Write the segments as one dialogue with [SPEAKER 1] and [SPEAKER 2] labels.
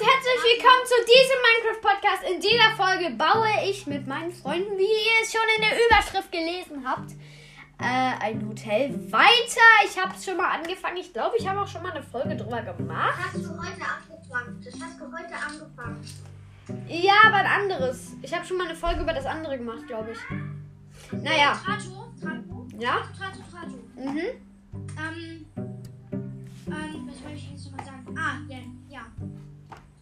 [SPEAKER 1] willkommen zu diesem Minecraft-Podcast. In dieser Folge baue ich mit meinen Freunden, wie ihr es schon in der Überschrift gelesen habt, äh, ein Hotel weiter. Ich habe es schon mal angefangen. Ich glaube, ich habe auch schon mal eine Folge drüber gemacht.
[SPEAKER 2] Hast du heute angefangen? Das hast du heute angefangen.
[SPEAKER 1] Ja, aber ein anderes. Ich habe schon mal eine Folge über das andere gemacht, glaube ich. Naja,
[SPEAKER 2] Trato, Trato,
[SPEAKER 1] ja?
[SPEAKER 2] Trato, Trato.
[SPEAKER 1] Mhm.
[SPEAKER 2] Ähm, ähm, was wollte ich jetzt nochmal sagen? Ah, ja, ja.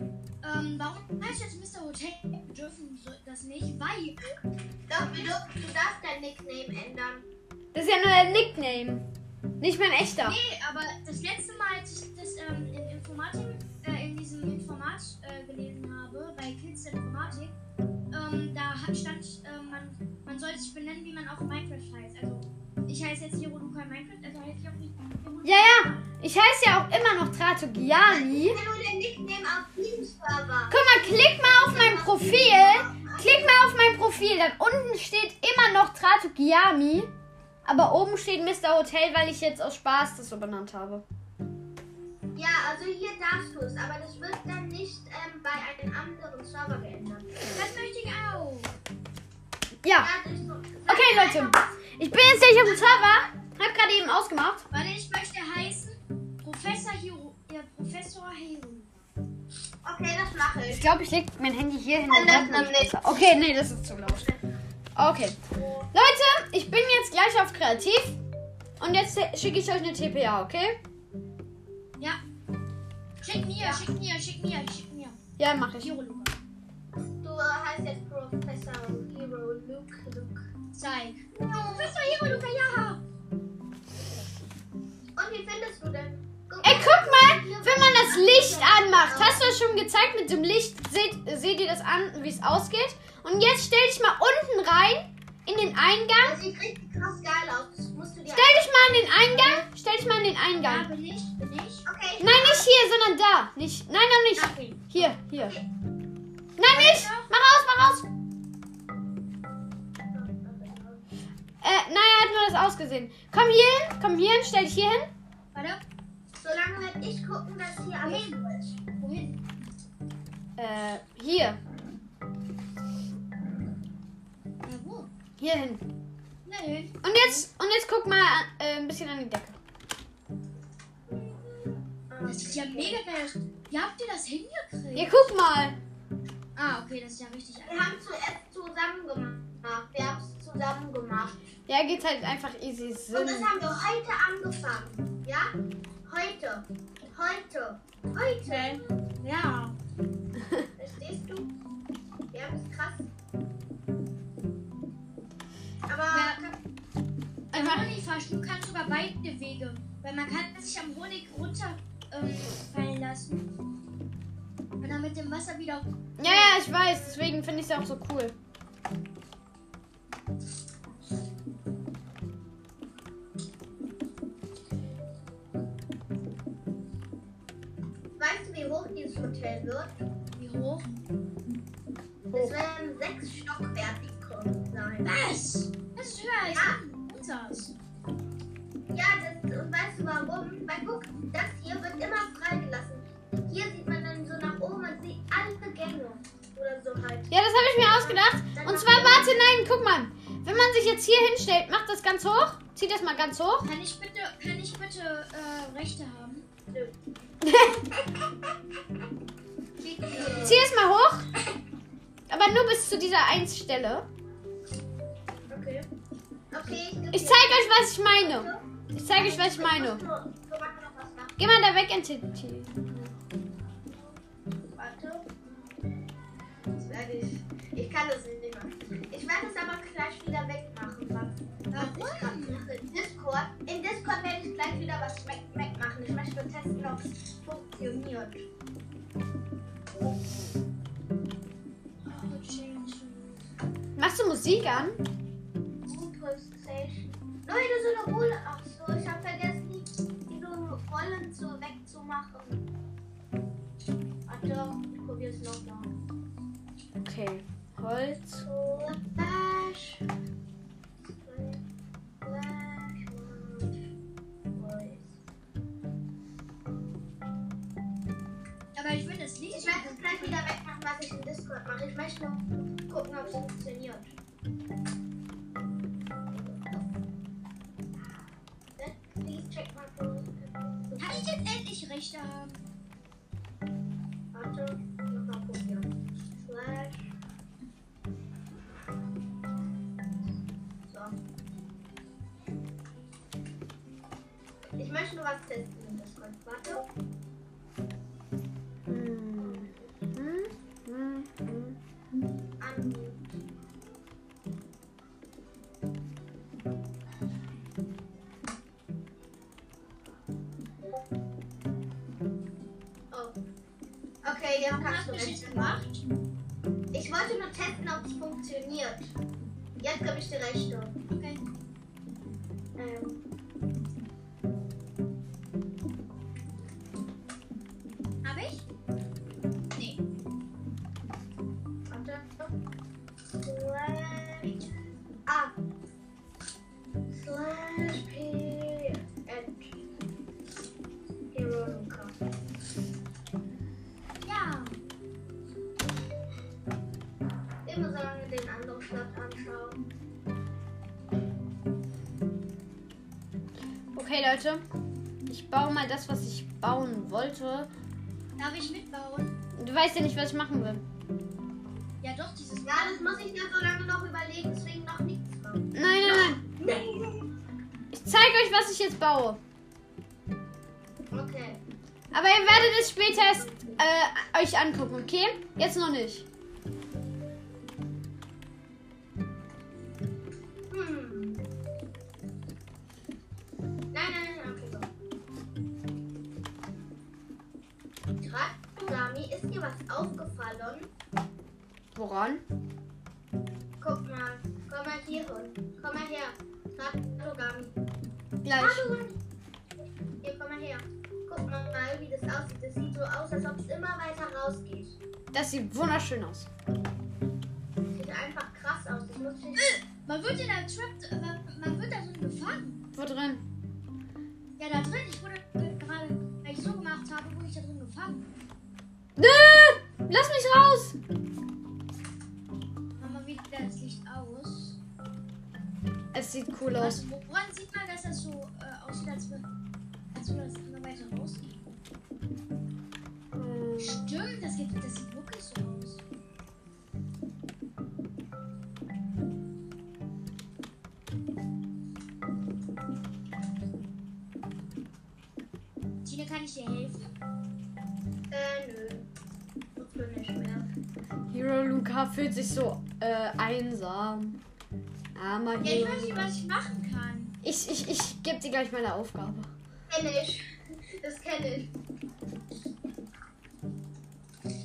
[SPEAKER 2] Ähm, warum heißt jetzt Mr. Hotel? Wir dürfen so, das nicht, weil. Doch, wir dürfen, du darfst dein Nickname ändern.
[SPEAKER 1] Das ist ja nur ein Nickname. Nicht mein echter.
[SPEAKER 2] Nee, aber das letzte Mal, als ich das ähm, in Informatik, äh, in diesem Informat äh, gelesen habe, bei Kids in Informatik, ähm, da hat- stand, ähm, man, man soll sich benennen, wie man auch in Minecraft heißt. Also, ich heiße jetzt hier Rudukai Minecraft, also heiße ich auch nicht Herodukai.
[SPEAKER 1] Ja, ja. Ich heiße ja auch immer noch Tratogiani.
[SPEAKER 2] Hallo, der Nickname auf diesem Server.
[SPEAKER 1] Guck mal, klick mal auf mein Profil. Klick mal auf mein Profil. Dann unten steht immer noch Tratogiami. Aber oben steht Mr. Hotel, weil ich jetzt aus Spaß das so benannt habe.
[SPEAKER 2] Ja, also hier darfst du es, aber das wird dann nicht ähm, bei einem anderen Server geändert. Das möchte ich auch.
[SPEAKER 1] Ja. Okay, Leute. Ich bin jetzt nicht auf dem Server. Hab gerade eben ausgemacht.
[SPEAKER 2] Weil ich möchte heißen Professor Hiro. Ja, Professor Hiro. Okay, das mache
[SPEAKER 1] Ich glaube, ich leg mein Handy hier hin.
[SPEAKER 2] Dann läuft man nicht.
[SPEAKER 1] Okay, nee, das ist zu laut. Okay. Leute, ich bin jetzt gleich auf Kreativ. Und jetzt schicke ich euch eine TPA, okay?
[SPEAKER 2] Ja. Schick mir, schick mir, schick mir, schick mir.
[SPEAKER 1] Ja, mache ich.
[SPEAKER 2] Hiro Luca.
[SPEAKER 3] Du heißt jetzt Professor Hero Luke. Luke.
[SPEAKER 2] Zeig. Professor Hiro Luca, ja.
[SPEAKER 3] Und wie findest du denn? Guck
[SPEAKER 1] Ey, guck mal, wenn man das Licht anmacht. Hast du das schon gezeigt mit dem Licht? Seht, seht ihr das an, wie es ausgeht? Und jetzt stell dich mal unten rein in den Eingang.
[SPEAKER 3] Das sieht richtig krass geil aus. Das musst du dir.
[SPEAKER 1] Stell dich mal in den Eingang. Stell dich mal in den
[SPEAKER 2] Ja,
[SPEAKER 1] Eingang.
[SPEAKER 2] bin ich, bin ich.
[SPEAKER 3] Okay,
[SPEAKER 1] Nein, nicht hier, sondern da. Nicht, nein, nein, nicht.
[SPEAKER 2] Okay.
[SPEAKER 1] Hier, hier. Nein, nicht. Mach aus, mach aus. Äh, nein, er hat nur das ausgesehen. Komm hier hin, komm hier hin, stell dich hier hin.
[SPEAKER 2] Warte,
[SPEAKER 3] solange werde ich gucken, dass hier alles so ist.
[SPEAKER 2] wohin?
[SPEAKER 1] Äh, hier.
[SPEAKER 2] Na, wo?
[SPEAKER 1] Hier hin.
[SPEAKER 2] Nein.
[SPEAKER 1] Und jetzt, und jetzt guck mal äh, ein bisschen an die Decke.
[SPEAKER 3] Ähm,
[SPEAKER 2] Das sieht ja mega geil aus. Wie habt ihr das hingekriegt?
[SPEAKER 1] Ja, guck mal.
[SPEAKER 2] Ah, okay, das ist ja richtig.
[SPEAKER 3] Wir haben zuerst zusammen gemacht. Ah, Wir haben es zusammen gemacht.
[SPEAKER 1] Ja, geht halt einfach easy
[SPEAKER 3] Und das
[SPEAKER 1] Sinn.
[SPEAKER 3] haben wir heute angefangen. Ja? Heute. Heute. Heute.
[SPEAKER 2] Ja.
[SPEAKER 3] Verstehst du? Wir haben es krass. Aber.
[SPEAKER 2] Ja. Äh, Beim
[SPEAKER 1] Einfach-
[SPEAKER 2] Honigfahrstuhl kannst du sogar weite Wege, weil man kann sich am Honig runterfallen ähm, fallen lassen. Und dann mit dem Wasser wieder.
[SPEAKER 1] Ja, ja, ich weiß. Deswegen finde ich es auch so cool.
[SPEAKER 3] Weißt du, wie hoch dieses Hotel wird?
[SPEAKER 2] Wie hoch?
[SPEAKER 3] Es werden sechs Stockwerke sein.
[SPEAKER 2] Was? Das ist höher als
[SPEAKER 3] Ja.
[SPEAKER 2] unseres.
[SPEAKER 3] Ja, das, und weißt du warum? Weil guck, das hier wird immer freigelassen. Hier sieht man dann so nach oben und sieht alle Gänge. Oder so halt.
[SPEAKER 1] Ja, das habe ich mir ausgedacht. Und zwar, warte, nein, guck mal. Wenn man sich jetzt hier hinstellt, macht das ganz hoch. Zieht das mal ganz hoch.
[SPEAKER 2] Kann ich bitte, kann ich bitte äh, Rechte haben?
[SPEAKER 1] Zieh es mal hoch. Aber nur bis zu dieser 1 Stelle.
[SPEAKER 3] Okay. Okay, ich geb
[SPEAKER 1] Ich
[SPEAKER 3] dir-
[SPEAKER 1] zeige euch, was ich meine. Ich zeige euch, was ich meine.
[SPEAKER 3] Ich muss nur- ich mach noch was ne? nach.
[SPEAKER 1] Geh mal da weg, Entity.
[SPEAKER 3] Warte. Das werde ich. Ich kann das nicht machen. Ich werde es aber gleich wieder wegmachen. Was was ich gerade mache. In Discord. In Discord werde ich gleich wieder was weg wegmachen. Ich möchte nur testen, ob es funktioniert.
[SPEAKER 1] Machst du Musik an?
[SPEAKER 3] Super Station. Leute, so eine Rolle. Ach so, ich habe vergessen, die, die Rollen zu, wegzumachen. Warte, ich probiere es nochmal.
[SPEAKER 1] Okay. Holz.
[SPEAKER 3] Flash. Flash. Voice.
[SPEAKER 2] Aber ich will das nicht.
[SPEAKER 3] Ich werde es gleich wieder wegmachen, was ich im Discord mache. Ich möchte nur gucken, ob es funktioniert. Please check my phone.
[SPEAKER 2] Kann ich jetzt endlich Rechte haben?
[SPEAKER 3] Warte, nochmal probieren. Slash. So. Ich möchte nur was testen im Discord. Warte.
[SPEAKER 1] Mhm. Mhm. Mhm. Mhm.
[SPEAKER 3] An. Oh. Okay, jetzt kannst
[SPEAKER 2] Hast
[SPEAKER 3] du
[SPEAKER 2] du jetzt
[SPEAKER 3] rechnen.
[SPEAKER 2] gemacht?
[SPEAKER 3] Ich wollte nur testen, ob es funktioniert. Jetzt habe ich die Rechte.
[SPEAKER 2] Okay.
[SPEAKER 3] Ähm,
[SPEAKER 2] Hab ich? Nee.
[SPEAKER 3] warte. Slash. Ah. Slash P. And. Heroica.
[SPEAKER 2] Ja.
[SPEAKER 3] Immer sagen, den anderen Stadt anschauen.
[SPEAKER 1] Okay, Leute. Ich baue mal das, was ich bauen wollte.
[SPEAKER 2] Darf ich mitbauen?
[SPEAKER 1] Du weißt ja nicht, was ich machen will.
[SPEAKER 2] Ja, doch, dieses.
[SPEAKER 3] Ja, das muss ich mir so lange noch überlegen, deswegen noch nichts machen.
[SPEAKER 1] Nein, nein, nein.
[SPEAKER 3] Nein.
[SPEAKER 1] Ich zeige euch, was ich jetzt baue.
[SPEAKER 3] Okay.
[SPEAKER 1] Aber ihr werdet es später erst, äh, euch angucken, okay? Jetzt noch nicht.
[SPEAKER 3] Hm. Nein, nein, nein, okay, so. Tratsugami, ist dir was aufgefallen?
[SPEAKER 1] Woran?
[SPEAKER 3] Guck mal, komm mal hier hin. Komm mal her. Tratsugami.
[SPEAKER 1] Gleich.
[SPEAKER 3] Tratsugami. Hier, komm mal her. Guck mal, mal, wie das aussieht. Das sieht so aus, als ob es immer weiter rausgeht.
[SPEAKER 1] Das sieht wunderschön aus.
[SPEAKER 3] Sieht einfach krass aus. Das muss ich.
[SPEAKER 2] Man wird in der Trap. Man, man wird da drin gefangen.
[SPEAKER 1] Wo drin?
[SPEAKER 2] Ja, da drin. Ich wurde ge- gerade, weil ich so gemacht habe, wurde ich da drin gefangen.
[SPEAKER 1] Äh, lass mich raus!
[SPEAKER 2] Machen wir wieder das Licht aus.
[SPEAKER 1] Es sieht cool aus.
[SPEAKER 2] Also, woran sieht man, dass das so äh, aussieht, als würde als würde das immer weiter rausgehen?
[SPEAKER 1] Äh,
[SPEAKER 2] Stimmt, das, geht, das sieht wirklich so aus. Tina, kann ich dir helfen?
[SPEAKER 3] Äh, nö. Muss man nicht mehr.
[SPEAKER 1] Hero Luca fühlt sich so äh, einsam. Armer
[SPEAKER 2] Ja, ich
[SPEAKER 1] Hero.
[SPEAKER 2] weiß nicht, was ich machen kann.
[SPEAKER 1] Ich, ich, ich gebe dir gleich meine Aufgabe.
[SPEAKER 3] Kenn ich. Das kenne ich.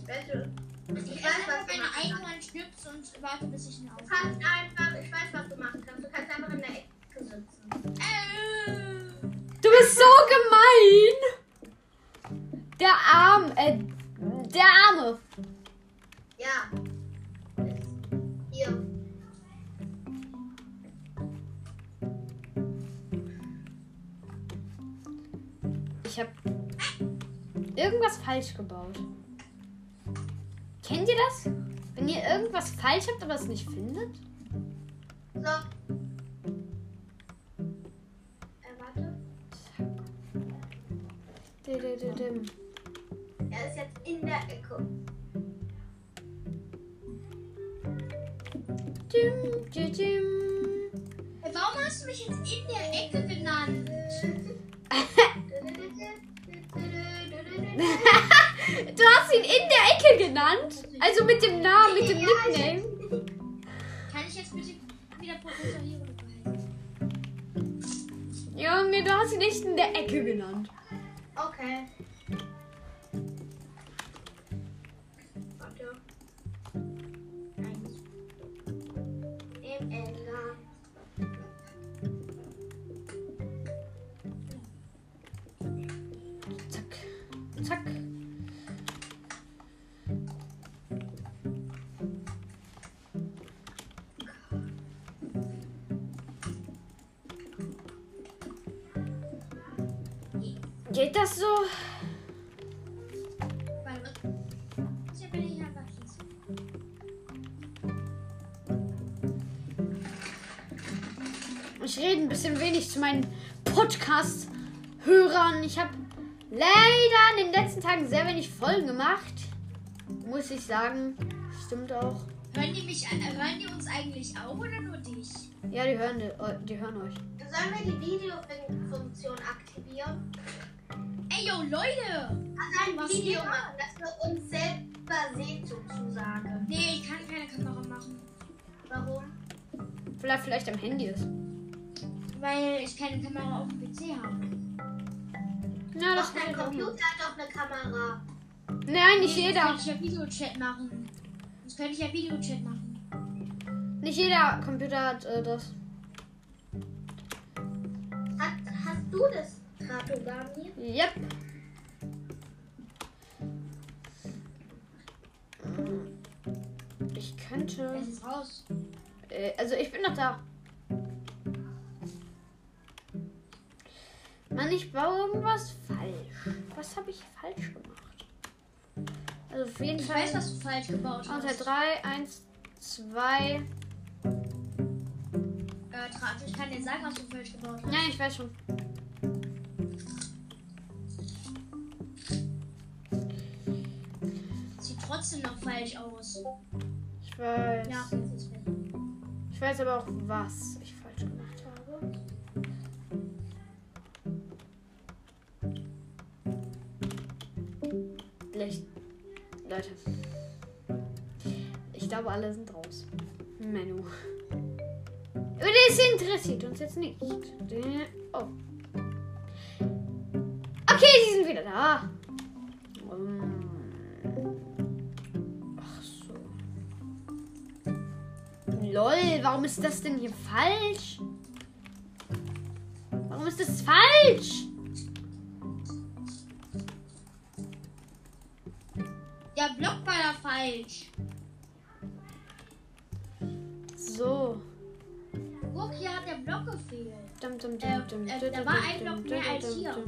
[SPEAKER 3] Welche? Ich
[SPEAKER 2] Ich esse
[SPEAKER 3] weiß, was
[SPEAKER 2] einfach
[SPEAKER 3] du
[SPEAKER 2] meine
[SPEAKER 3] machen
[SPEAKER 2] eigenen Schnips und warte, bis ich ihn auf.
[SPEAKER 3] kannst. Du kannst einfach, ich weiß, was du machen kannst. Du kannst einfach in der Ecke sitzen.
[SPEAKER 2] Äh,
[SPEAKER 1] Du bist so gemein! Der Arm, äh, der Arme.
[SPEAKER 3] Ja. Hier.
[SPEAKER 1] Ich habe irgendwas falsch gebaut. Kennt ihr das? Wenn ihr irgendwas falsch habt, aber es nicht findet?
[SPEAKER 3] So. Äh, warte.
[SPEAKER 1] Didididim.
[SPEAKER 3] Er ist jetzt in der Ecke.
[SPEAKER 1] Dim, didim.
[SPEAKER 2] warum hast du mich jetzt in der Ecke genannt?
[SPEAKER 1] Du hast ihn in der Ecke genannt. Also mit dem Namen, mit dem
[SPEAKER 3] Ja,
[SPEAKER 1] Nickname.
[SPEAKER 2] Kann ich jetzt bitte wieder Professor Hero behalten?
[SPEAKER 1] Junge, du hast ihn nicht in der Ecke genannt.
[SPEAKER 3] Okay. Warte. Eins. Im Ender.
[SPEAKER 1] Zack, zack. Geht das so?
[SPEAKER 2] Weil
[SPEAKER 1] ich rede ein bisschen wenig zu meinen Podcast-Hörern. Ich habe leider in den letzten Tagen sehr wenig Folgen gemacht. Muss ich sagen. Stimmt auch.
[SPEAKER 2] Hören die mich, äh, hören die uns eigentlich auch oder nur dich?
[SPEAKER 1] Ja, die hören, die, die hören euch.
[SPEAKER 3] Sollen wir die Videofunktion aktivieren?
[SPEAKER 2] Ey, yo, Leute!
[SPEAKER 3] Also ein
[SPEAKER 2] Was
[SPEAKER 3] Video
[SPEAKER 2] geht
[SPEAKER 3] machen, dass wir uns selber sehen sozusagen.
[SPEAKER 2] Nee, ich kann keine Kamera machen,
[SPEAKER 3] Warum?
[SPEAKER 1] Vielleicht, vielleicht am Handy ist.
[SPEAKER 2] weil ich keine Kamera auf dem PC habe.
[SPEAKER 1] Na, das
[SPEAKER 3] Doch,
[SPEAKER 1] kann ich
[SPEAKER 3] dein
[SPEAKER 1] auch machen.
[SPEAKER 3] Computer hat doch eine Kamera.
[SPEAKER 1] Nein, nicht
[SPEAKER 2] Nee,
[SPEAKER 1] jeder.
[SPEAKER 2] Sonst könnte ich ja Videochat machen. Sonst könnte ich ja Videochat machen.
[SPEAKER 1] Nicht jeder Computer hat äh, das.
[SPEAKER 3] Hat, hast du das Ratogami?
[SPEAKER 1] Yep. Ich könnte.
[SPEAKER 2] Es ist raus.
[SPEAKER 1] Äh, also ich bin noch da. Mann, ich baue irgendwas falsch. Was habe ich falsch gemacht? Also auf jeden
[SPEAKER 2] Ich
[SPEAKER 1] Fall.
[SPEAKER 2] weiß, was du falsch gebaut
[SPEAKER 1] unter
[SPEAKER 2] hast.
[SPEAKER 1] 3, 1, 2.
[SPEAKER 2] Äh, Tra- ich kann dir sagen, was du falsch gebaut hast.
[SPEAKER 1] Nein, ich weiß schon.
[SPEAKER 2] Sieht trotzdem noch falsch aus.
[SPEAKER 1] Ich weiß.
[SPEAKER 2] Ja, jetzt ist besser.
[SPEAKER 1] Ich weiß aber auch, was ich falsch gemacht habe. Vielleicht. Leute. Ich glaube, alle sind raus. Menu. Aber das interessiert uns jetzt nicht. Oh. Okay, sie sind wieder da. Ähm. Ach so. Lol, warum ist das denn hier falsch? Warum ist das falsch?
[SPEAKER 2] Der Block war da falsch.
[SPEAKER 1] So.
[SPEAKER 2] Guck, hier hat der Block gefehlt.
[SPEAKER 1] Dum, dum,
[SPEAKER 2] Äh,
[SPEAKER 1] dum, dum,
[SPEAKER 2] äh,
[SPEAKER 1] dum,
[SPEAKER 2] da
[SPEAKER 1] dum,
[SPEAKER 2] war ein
[SPEAKER 1] dum,
[SPEAKER 2] Block
[SPEAKER 1] dum,
[SPEAKER 2] mehr
[SPEAKER 1] dum,
[SPEAKER 2] als
[SPEAKER 1] dum,
[SPEAKER 2] hier.
[SPEAKER 1] dum.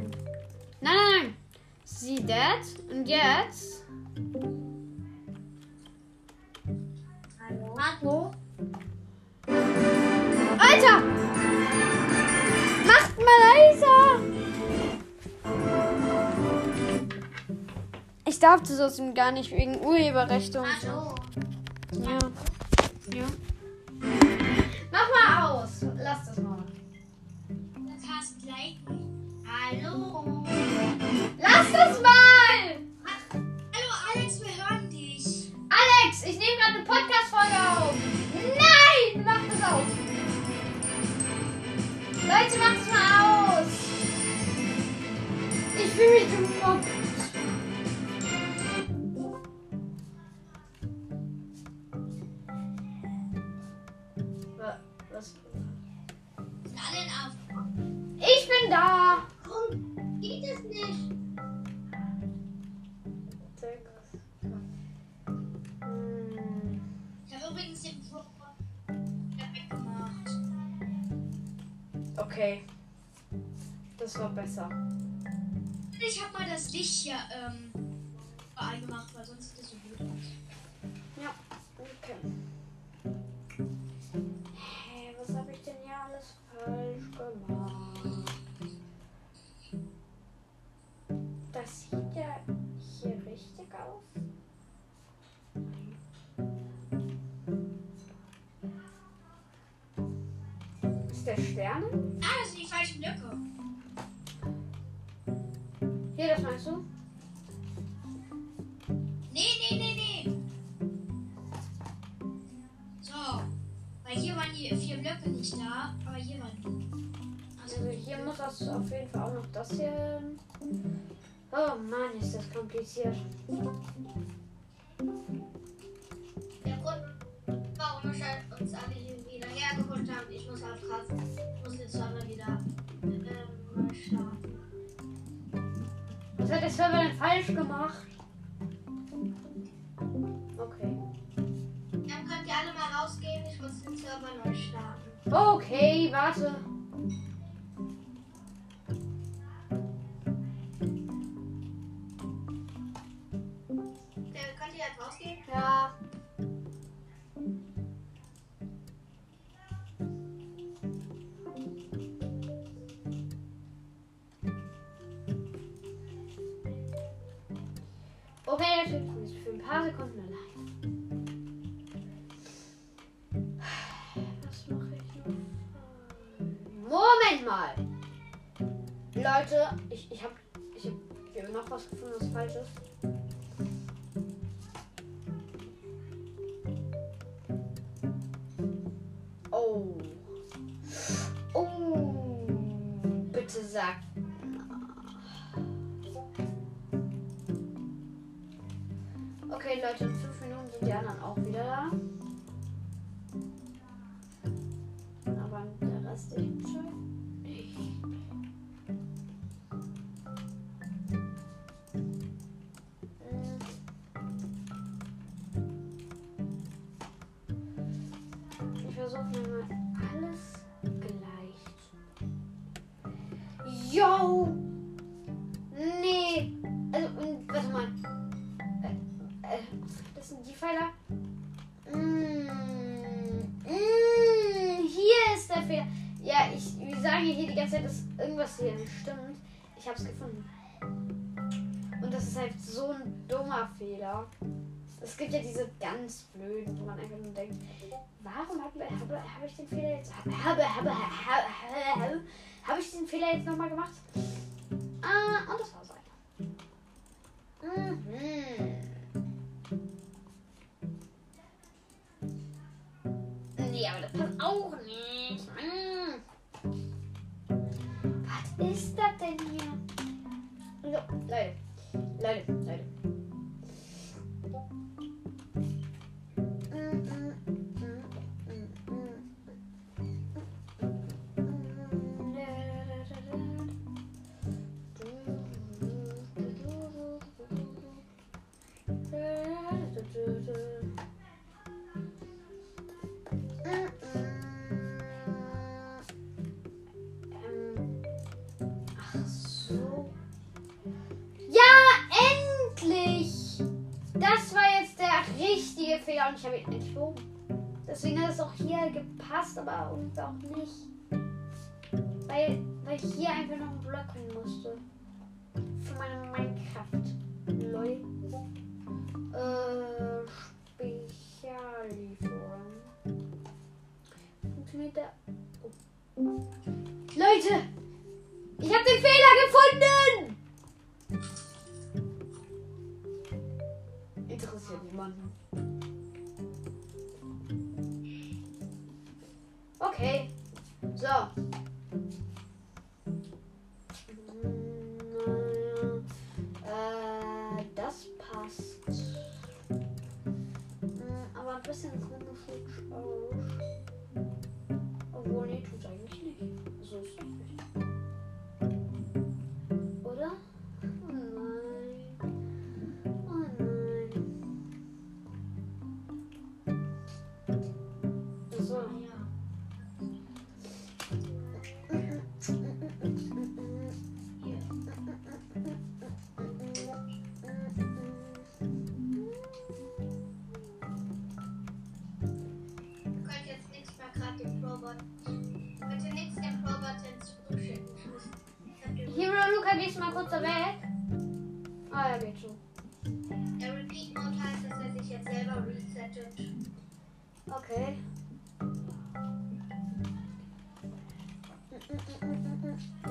[SPEAKER 1] Nein, nein, nein. Sie das und jetzt.
[SPEAKER 2] Hallo? Hallo?
[SPEAKER 1] Alter! Macht mal leiser! Ich darf das außerdem gar nicht wegen Urheberrechte und so.
[SPEAKER 2] Hallo?
[SPEAKER 1] Ja. ja. Mach mal aus. Lass das mal.
[SPEAKER 2] Podcast liken. Hallo?
[SPEAKER 1] Lass das mal!
[SPEAKER 2] Hallo Alex, wir hören dich.
[SPEAKER 1] Alex, ich nehme gerade eine Podcast-Folge auf. Nein, mach das aus. Leute, macht es mal aus. Ich fühle mich gemobbt. Wa- Was?
[SPEAKER 2] Sind alle in Auf.
[SPEAKER 1] Ich bin da.
[SPEAKER 3] Warum geht es nicht?
[SPEAKER 1] Hm.
[SPEAKER 2] Ich habe übrigens den Block weggemacht.
[SPEAKER 1] Okay. Das war besser.
[SPEAKER 2] Ich habe mal das Licht hier ähm, angemacht, weil sonst sieht das so blöd aus.
[SPEAKER 1] Ja, okay. Hey, was habe ich denn hier alles falsch gemacht? Das sieht ja hier richtig aus. Ist der Sterne?
[SPEAKER 2] Ah, das sind die falschen Blöcke.
[SPEAKER 1] Hier, das meinst du?
[SPEAKER 2] Nee, nee, nee, nee. So. Weil hier waren die vier Blöcke nicht da, aber hier waren die. Also,
[SPEAKER 1] Also hier muss das auf jeden Fall auch noch das hier. hin. Oh Mann, ist das kompliziert.
[SPEAKER 3] Der Grund, warum wir uns alle hier wieder hergeholt haben, ich muss aufpassen. Ich muss jetzt aber wieder ähm, mal schlafen.
[SPEAKER 1] Was hat der Server denn falsch gemacht? Okay.
[SPEAKER 3] Dann könnt ihr alle mal rausgehen, ich muss den Server neu starten.
[SPEAKER 1] Okay, warte.
[SPEAKER 3] Äh, könnt ihr jetzt rausgehen?
[SPEAKER 1] Ja. Okay, der Typ ist für ein paar Sekunden allein. Was mache ich noch? Moment mal! Leute, ich, ich habe ich hab noch was gefunden, was falsch ist. Oh. Oh. Bitte sag. Okay, Leute, in fünf Minuten sind die anderen auch wieder da. Aber der Rest eben schon nicht. Äh. Ich versuche mal alles gleich. Yo! Nee! Also, und, warte mal. Äh, äh, das sind die Pfeiler. Mm, mm, hier ist der Fehler. Ja, ich wir sagen hier die ganze Zeit, dass irgendwas hier nicht stimmt. Ich hab's gefunden. Und das ist halt so ein dummer Fehler. Es gibt ja diese ganz blöden, wo man einfach nur denkt, Warum habe hab, hab ich den Fehler jetzt. Habe, habe, habe, habe, habe ich den Fehler jetzt nochmal gemacht? Ah, und das war's einfach. Mhm. Nee, aber das passt auch nicht. Mhm. Was ist das denn hier? So, Leute. Leute, Leute. Mhm. Ähm, ach so. Ja, endlich! Das war jetzt der richtige Fehler und ich habe ihn endlich behoben. Deswegen hat es auch hier gepasst, aber irgendwie auch nicht. Weil, weil ich hier einfach noch einen Block hin musste. Für meine Minecraft. Lol. Äh, Speziallieferung. Funktioniert der. Oh. Leute! Ich habe den Fehler gefunden! Interessiert niemanden. Okay. So. Mm, Äh, das passt. Mm, Aber ein bisschen komisch sieht's aus. Obwohl, nee, tut's eigentlich nicht. So ist es nicht. Oder? Oh nein. Oh nein. So.
[SPEAKER 2] Ja.
[SPEAKER 3] Ihr könnt jetzt nichts mehr gerade dem Robot. Bitte nichts dem Robot hinzuschicken. Ich hab den-
[SPEAKER 1] Hero Luca, gehst du mal kurz da weg? Ah, ja, geht schon.
[SPEAKER 3] Der Repeat Mode heißt, dass er sich jetzt selber resettet.
[SPEAKER 1] Okay.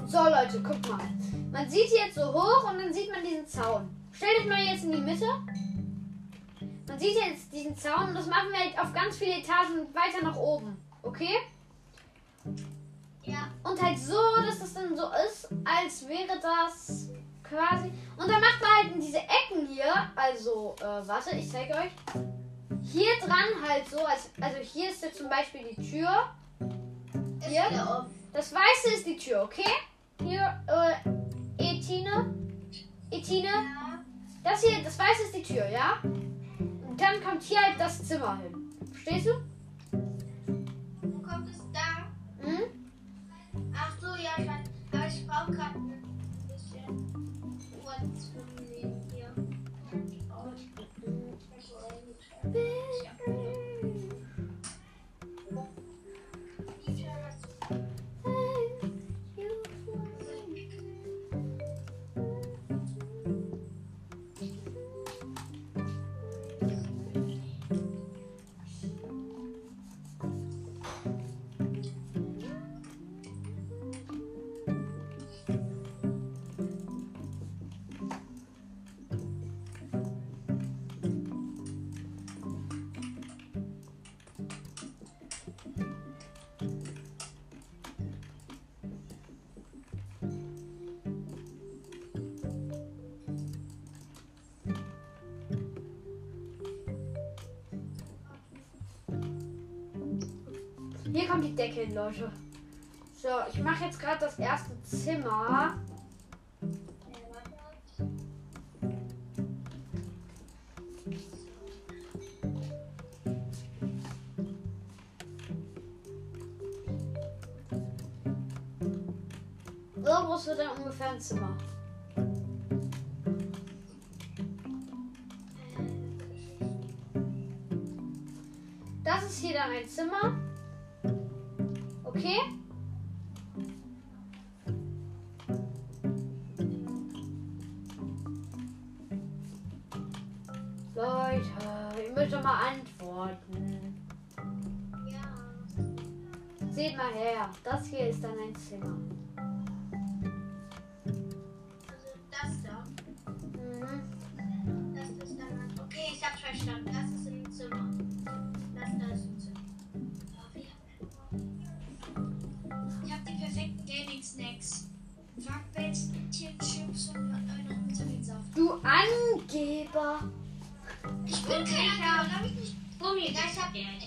[SPEAKER 1] So Leute, guck mal. Man sieht hier jetzt so hoch und dann sieht man diesen Zaun. Stell dich mal jetzt in die Mitte. Man sieht jetzt diesen Zaun und das machen wir halt auf ganz viele Etagen weiter nach oben. Okay?
[SPEAKER 3] Ja,
[SPEAKER 1] Und halt so, dass das dann so ist, als wäre das quasi. Und dann macht man halt in diese Ecken hier, also, äh, warte, ich zeige euch. Hier dran halt so, als, also hier ist jetzt zum Beispiel die Tür.
[SPEAKER 3] ist
[SPEAKER 1] Ja.
[SPEAKER 3] wieder off.
[SPEAKER 1] Das Weiße ist die Tür, okay? Hier, äh, Etine. Etine,
[SPEAKER 3] Ja.
[SPEAKER 1] das hier, das Weiße ist die Tür, ja? Und dann kommt hier halt das Zimmer hin. Verstehst du?
[SPEAKER 3] Wo kommt es da?
[SPEAKER 1] Hm?
[SPEAKER 3] Ach so, ja, ich weiß. Aber ich brauche gerade ein bisschen Platz für mich hier. Oh, ich bin
[SPEAKER 1] die Decke hin, Leute. So, ich mache jetzt gerade das erste Zimmer. So groß wird dann ungefähr ein Zimmer. Das ist hier dann ein Zimmer. Okay. Leute, ihr müsst doch mal antworten. Seht mal her, das hier ist dann ein Zimmer.
[SPEAKER 3] Das da.
[SPEAKER 1] Mhm.
[SPEAKER 3] Das ist dann. Okay, ich hab's verstanden. Das ist im Zimmer. Das da ist im Zimmer.
[SPEAKER 2] Ich habe die perfekten Gaming-Snacks. Frackbällchen, Chips und äh, noch Vitaminsaft.
[SPEAKER 1] Du Angeber.
[SPEAKER 2] Ich bin kein Angeber, hab ich nicht.
[SPEAKER 3] Gummi, da ich hab, ich hab mir,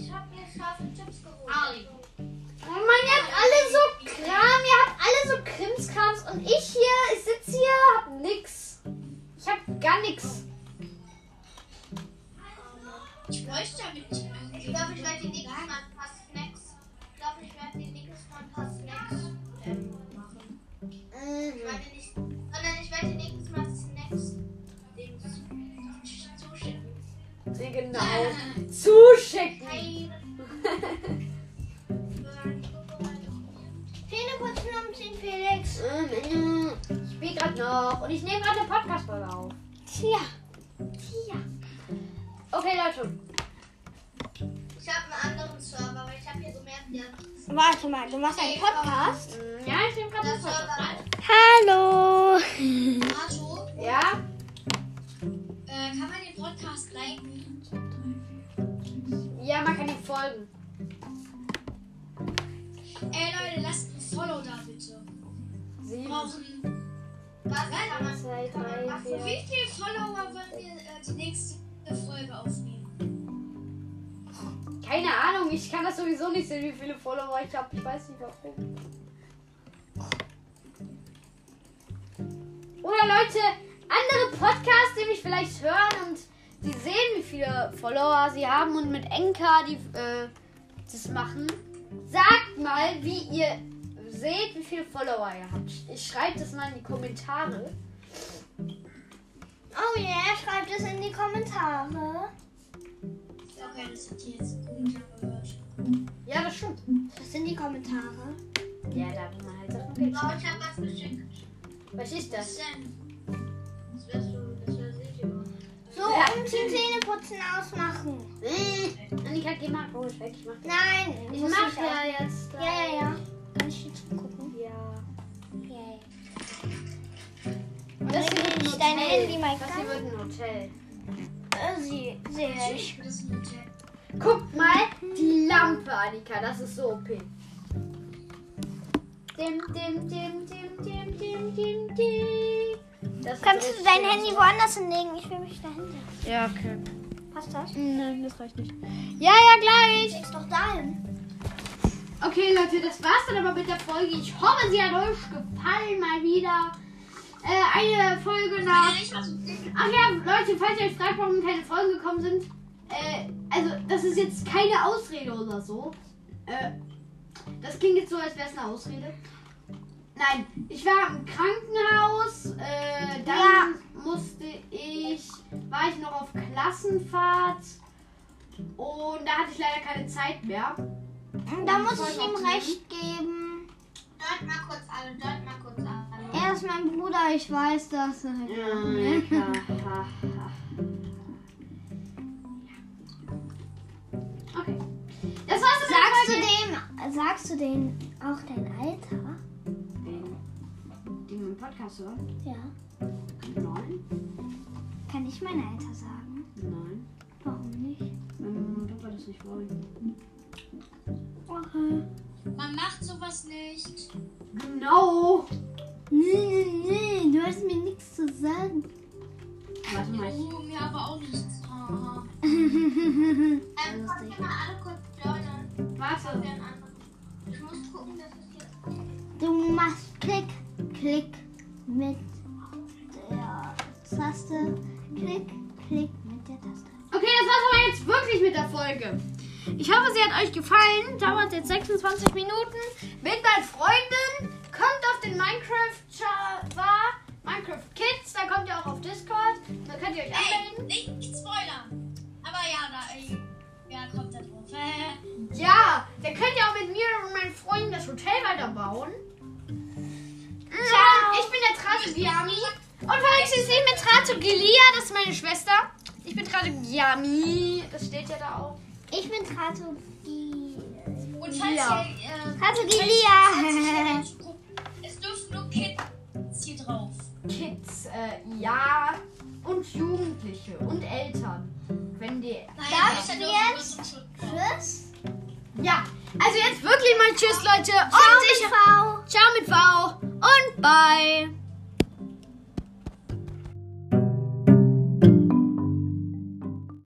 [SPEAKER 3] ich hab mir scharfe Chips geholt.
[SPEAKER 2] Ali.
[SPEAKER 1] Oh Mann, ihr habt alle so Kram, ihr habt alle so Krimskrams und ich hier, ich sitze hier, hab nix. Ich hab gar nix.
[SPEAKER 2] Ich bräuchte damit nicht mehr.
[SPEAKER 3] Ich glaube, ich werde dir nächstes Mal ein paar Snacks. Ich glaube, ich werde dir nächstes Mal ein paar Snacks.
[SPEAKER 2] machen.
[SPEAKER 3] Ich werde nicht, sondern ich werde dir nächstes Mal Snacks. Dings zuschicken.
[SPEAKER 1] Genau. Zuschicken.
[SPEAKER 3] Hey, Zähneputzen am 10 Felix.
[SPEAKER 1] Ich spiel grad noch und ich nehme gerade eine Podcast-Folge auf. Tja. Tja. Okay, Leute.
[SPEAKER 3] Ich habe einen anderen Server, weil ich habe hier gemerkt, ja.
[SPEAKER 4] Warte mal, du machst einen Podcast?
[SPEAKER 1] Ja, ich nehme gerade
[SPEAKER 3] Der
[SPEAKER 1] eine Podcast.
[SPEAKER 3] Server.
[SPEAKER 4] Hallo.
[SPEAKER 2] Marco,
[SPEAKER 1] Ja?
[SPEAKER 2] äh, kann man den Podcast liken?
[SPEAKER 1] Ja, man kann ihm folgen.
[SPEAKER 2] Ey Leute, lasst ein Follow da bitte. Wir
[SPEAKER 1] Sieben.
[SPEAKER 2] brauchen.
[SPEAKER 3] Was kann man?
[SPEAKER 1] Zwei, drei,
[SPEAKER 2] Für
[SPEAKER 1] vier.
[SPEAKER 2] wie viele Follower wollen wir äh, die nächste Folge aufnehmen?
[SPEAKER 1] Keine Ahnung, ich kann das sowieso nicht sehen, wie viele Follower ich habe. Ich weiß nicht warum. Oder Leute, andere Podcasts, die mich vielleicht hören und die sehen, wie viele Follower sie haben und mit Enka, die äh, das machen. Sagt mal, wie ihr seht, wie viele Follower ihr habt. Ich schreibe das mal in die Kommentare.
[SPEAKER 4] Oh yeah, schreibt es in die Kommentare.
[SPEAKER 2] Okay, das hat jetzt gut angehört.
[SPEAKER 1] Ja, das stimmt.
[SPEAKER 4] Was sind die Kommentare?
[SPEAKER 1] Ja, da muss man halt Sachen Geld.
[SPEAKER 3] Oh, ich habe was geschickt.
[SPEAKER 1] Was ist
[SPEAKER 3] Was
[SPEAKER 1] das?
[SPEAKER 3] denn? Das wirst du, das wirst ich immer.
[SPEAKER 4] So,
[SPEAKER 1] Ja.
[SPEAKER 4] um zum Zähneputzen ausmachen.
[SPEAKER 1] Mmh. Annika, geh mal ruhig weg. Ich mach
[SPEAKER 4] Nein,
[SPEAKER 1] Ich
[SPEAKER 4] muss
[SPEAKER 1] mach
[SPEAKER 4] nicht
[SPEAKER 1] ja jetzt.
[SPEAKER 4] aus- Ja, ja, ja. Kann ich jetzt gucken?
[SPEAKER 1] Ja.
[SPEAKER 4] Yay.
[SPEAKER 1] Und das hier wird ein
[SPEAKER 4] Ich dein
[SPEAKER 1] Hotel.
[SPEAKER 4] Handy mal
[SPEAKER 1] Das hier wird ein Hotel.
[SPEAKER 4] Äh, sie, sehe ich.
[SPEAKER 2] Natürlich wird das ein Hotel.
[SPEAKER 1] Guck mal die Lampe, Annika. Das ist so OP. Dim, dim, dim, dim, dim, dim, dim, dim. Das ist
[SPEAKER 4] Kannst du
[SPEAKER 1] richtig
[SPEAKER 4] dein
[SPEAKER 1] schön.
[SPEAKER 4] Handy woanders hinlegen? Ich will mich dahinter.
[SPEAKER 1] Ja, okay.
[SPEAKER 4] Passt das?
[SPEAKER 1] Nein, das reicht nicht. Ja, ja, gleich.
[SPEAKER 4] Leg's doch dahin.
[SPEAKER 1] Okay, Leute, das war's dann aber mit der Folge. Ich hoffe, sie hat euch gefallen mal wieder. Äh, eine Folge nach.
[SPEAKER 2] Ich mach's
[SPEAKER 1] Ach ja, Leute, falls ihr euch fragt, warum keine Folgen gekommen sind, äh, also das ist jetzt keine Ausrede oder so. Äh, das klingt jetzt so, als wäre es eine Ausrede. Nein, ich war im Krankenhaus, äh, dann musste ich, war ich noch auf Klassenfahrt und da hatte ich leider keine Zeit mehr.
[SPEAKER 4] Hm, Da muss ich ihm recht geben.
[SPEAKER 3] Dort mal kurz alle, dort mal kurz alle.
[SPEAKER 4] Er ist mein Bruder, ich weiß halt das.
[SPEAKER 1] Okay. Das war's dann.
[SPEAKER 4] Sagst du dem, sagst du denen auch dein Alter?
[SPEAKER 1] Die im Podcast hören?
[SPEAKER 4] Ja.
[SPEAKER 1] Nein.
[SPEAKER 4] Kann ich mein Alter sagen?
[SPEAKER 1] Nein.
[SPEAKER 4] Warum nicht?
[SPEAKER 1] Wenn mein Papa Ähm, das nicht wollen.
[SPEAKER 4] Okay.
[SPEAKER 2] Man macht sowas nicht.
[SPEAKER 1] Genau.
[SPEAKER 4] Nee, nee, nee, du hast mir nichts zu sagen.
[SPEAKER 1] Warte mal. ich-
[SPEAKER 2] Oh, mir aber auch nichts. Aha.
[SPEAKER 3] Ähm, kommt hier mal alle kurz Jordan.
[SPEAKER 1] Warte.
[SPEAKER 3] Jordan an. muss gucken, dass es hier.
[SPEAKER 4] Du machst Klick, Klick mit der Taste. Klick, Klick mit der Taste.
[SPEAKER 1] Okay, das war's aber jetzt wirklich mit der Folge. Ich hoffe, sie hat euch gefallen. Dauert jetzt 26 Minuten. Mit meinen Freunden. Kommt auf den Minecraft Java, Minecraft Kids. Da kommt ihr auch auf Discord. Da könnt ihr euch
[SPEAKER 2] Ey,
[SPEAKER 1] anmelden.
[SPEAKER 2] nicht spoilern. Aber ja, da, ey, ja, kommt da drauf.
[SPEAKER 1] Ja, da könnt ihr auch mit mir und meinen Freunden das Hotel weiterbauen. Ciao.
[SPEAKER 4] Ciao.
[SPEAKER 1] Ich bin der Tratogiami. Und verwechselt nicht mit Tratogilia. Das ist meine Schwester. Ich bin Tratogiami. Das steht ja da auch.
[SPEAKER 4] Ich bin Tratogi.
[SPEAKER 2] Und falls
[SPEAKER 1] Ja.
[SPEAKER 2] ihr, äh,
[SPEAKER 4] Tratogilia.
[SPEAKER 2] Es dürfen nur Kids hier drauf.
[SPEAKER 1] Kids, äh, ja, und Jugendliche und Eltern. Wenn die.
[SPEAKER 2] Naja,
[SPEAKER 4] Darf
[SPEAKER 2] Eltern
[SPEAKER 4] ich
[SPEAKER 2] dürfen
[SPEAKER 4] jetzt?
[SPEAKER 2] nur zum Schutz.
[SPEAKER 4] Tschüss.
[SPEAKER 1] Ja, also jetzt wirklich mal Tschüss, Leute. Und
[SPEAKER 4] Ciao,
[SPEAKER 1] ich.
[SPEAKER 4] V.
[SPEAKER 1] Ciao mit V. Und bye.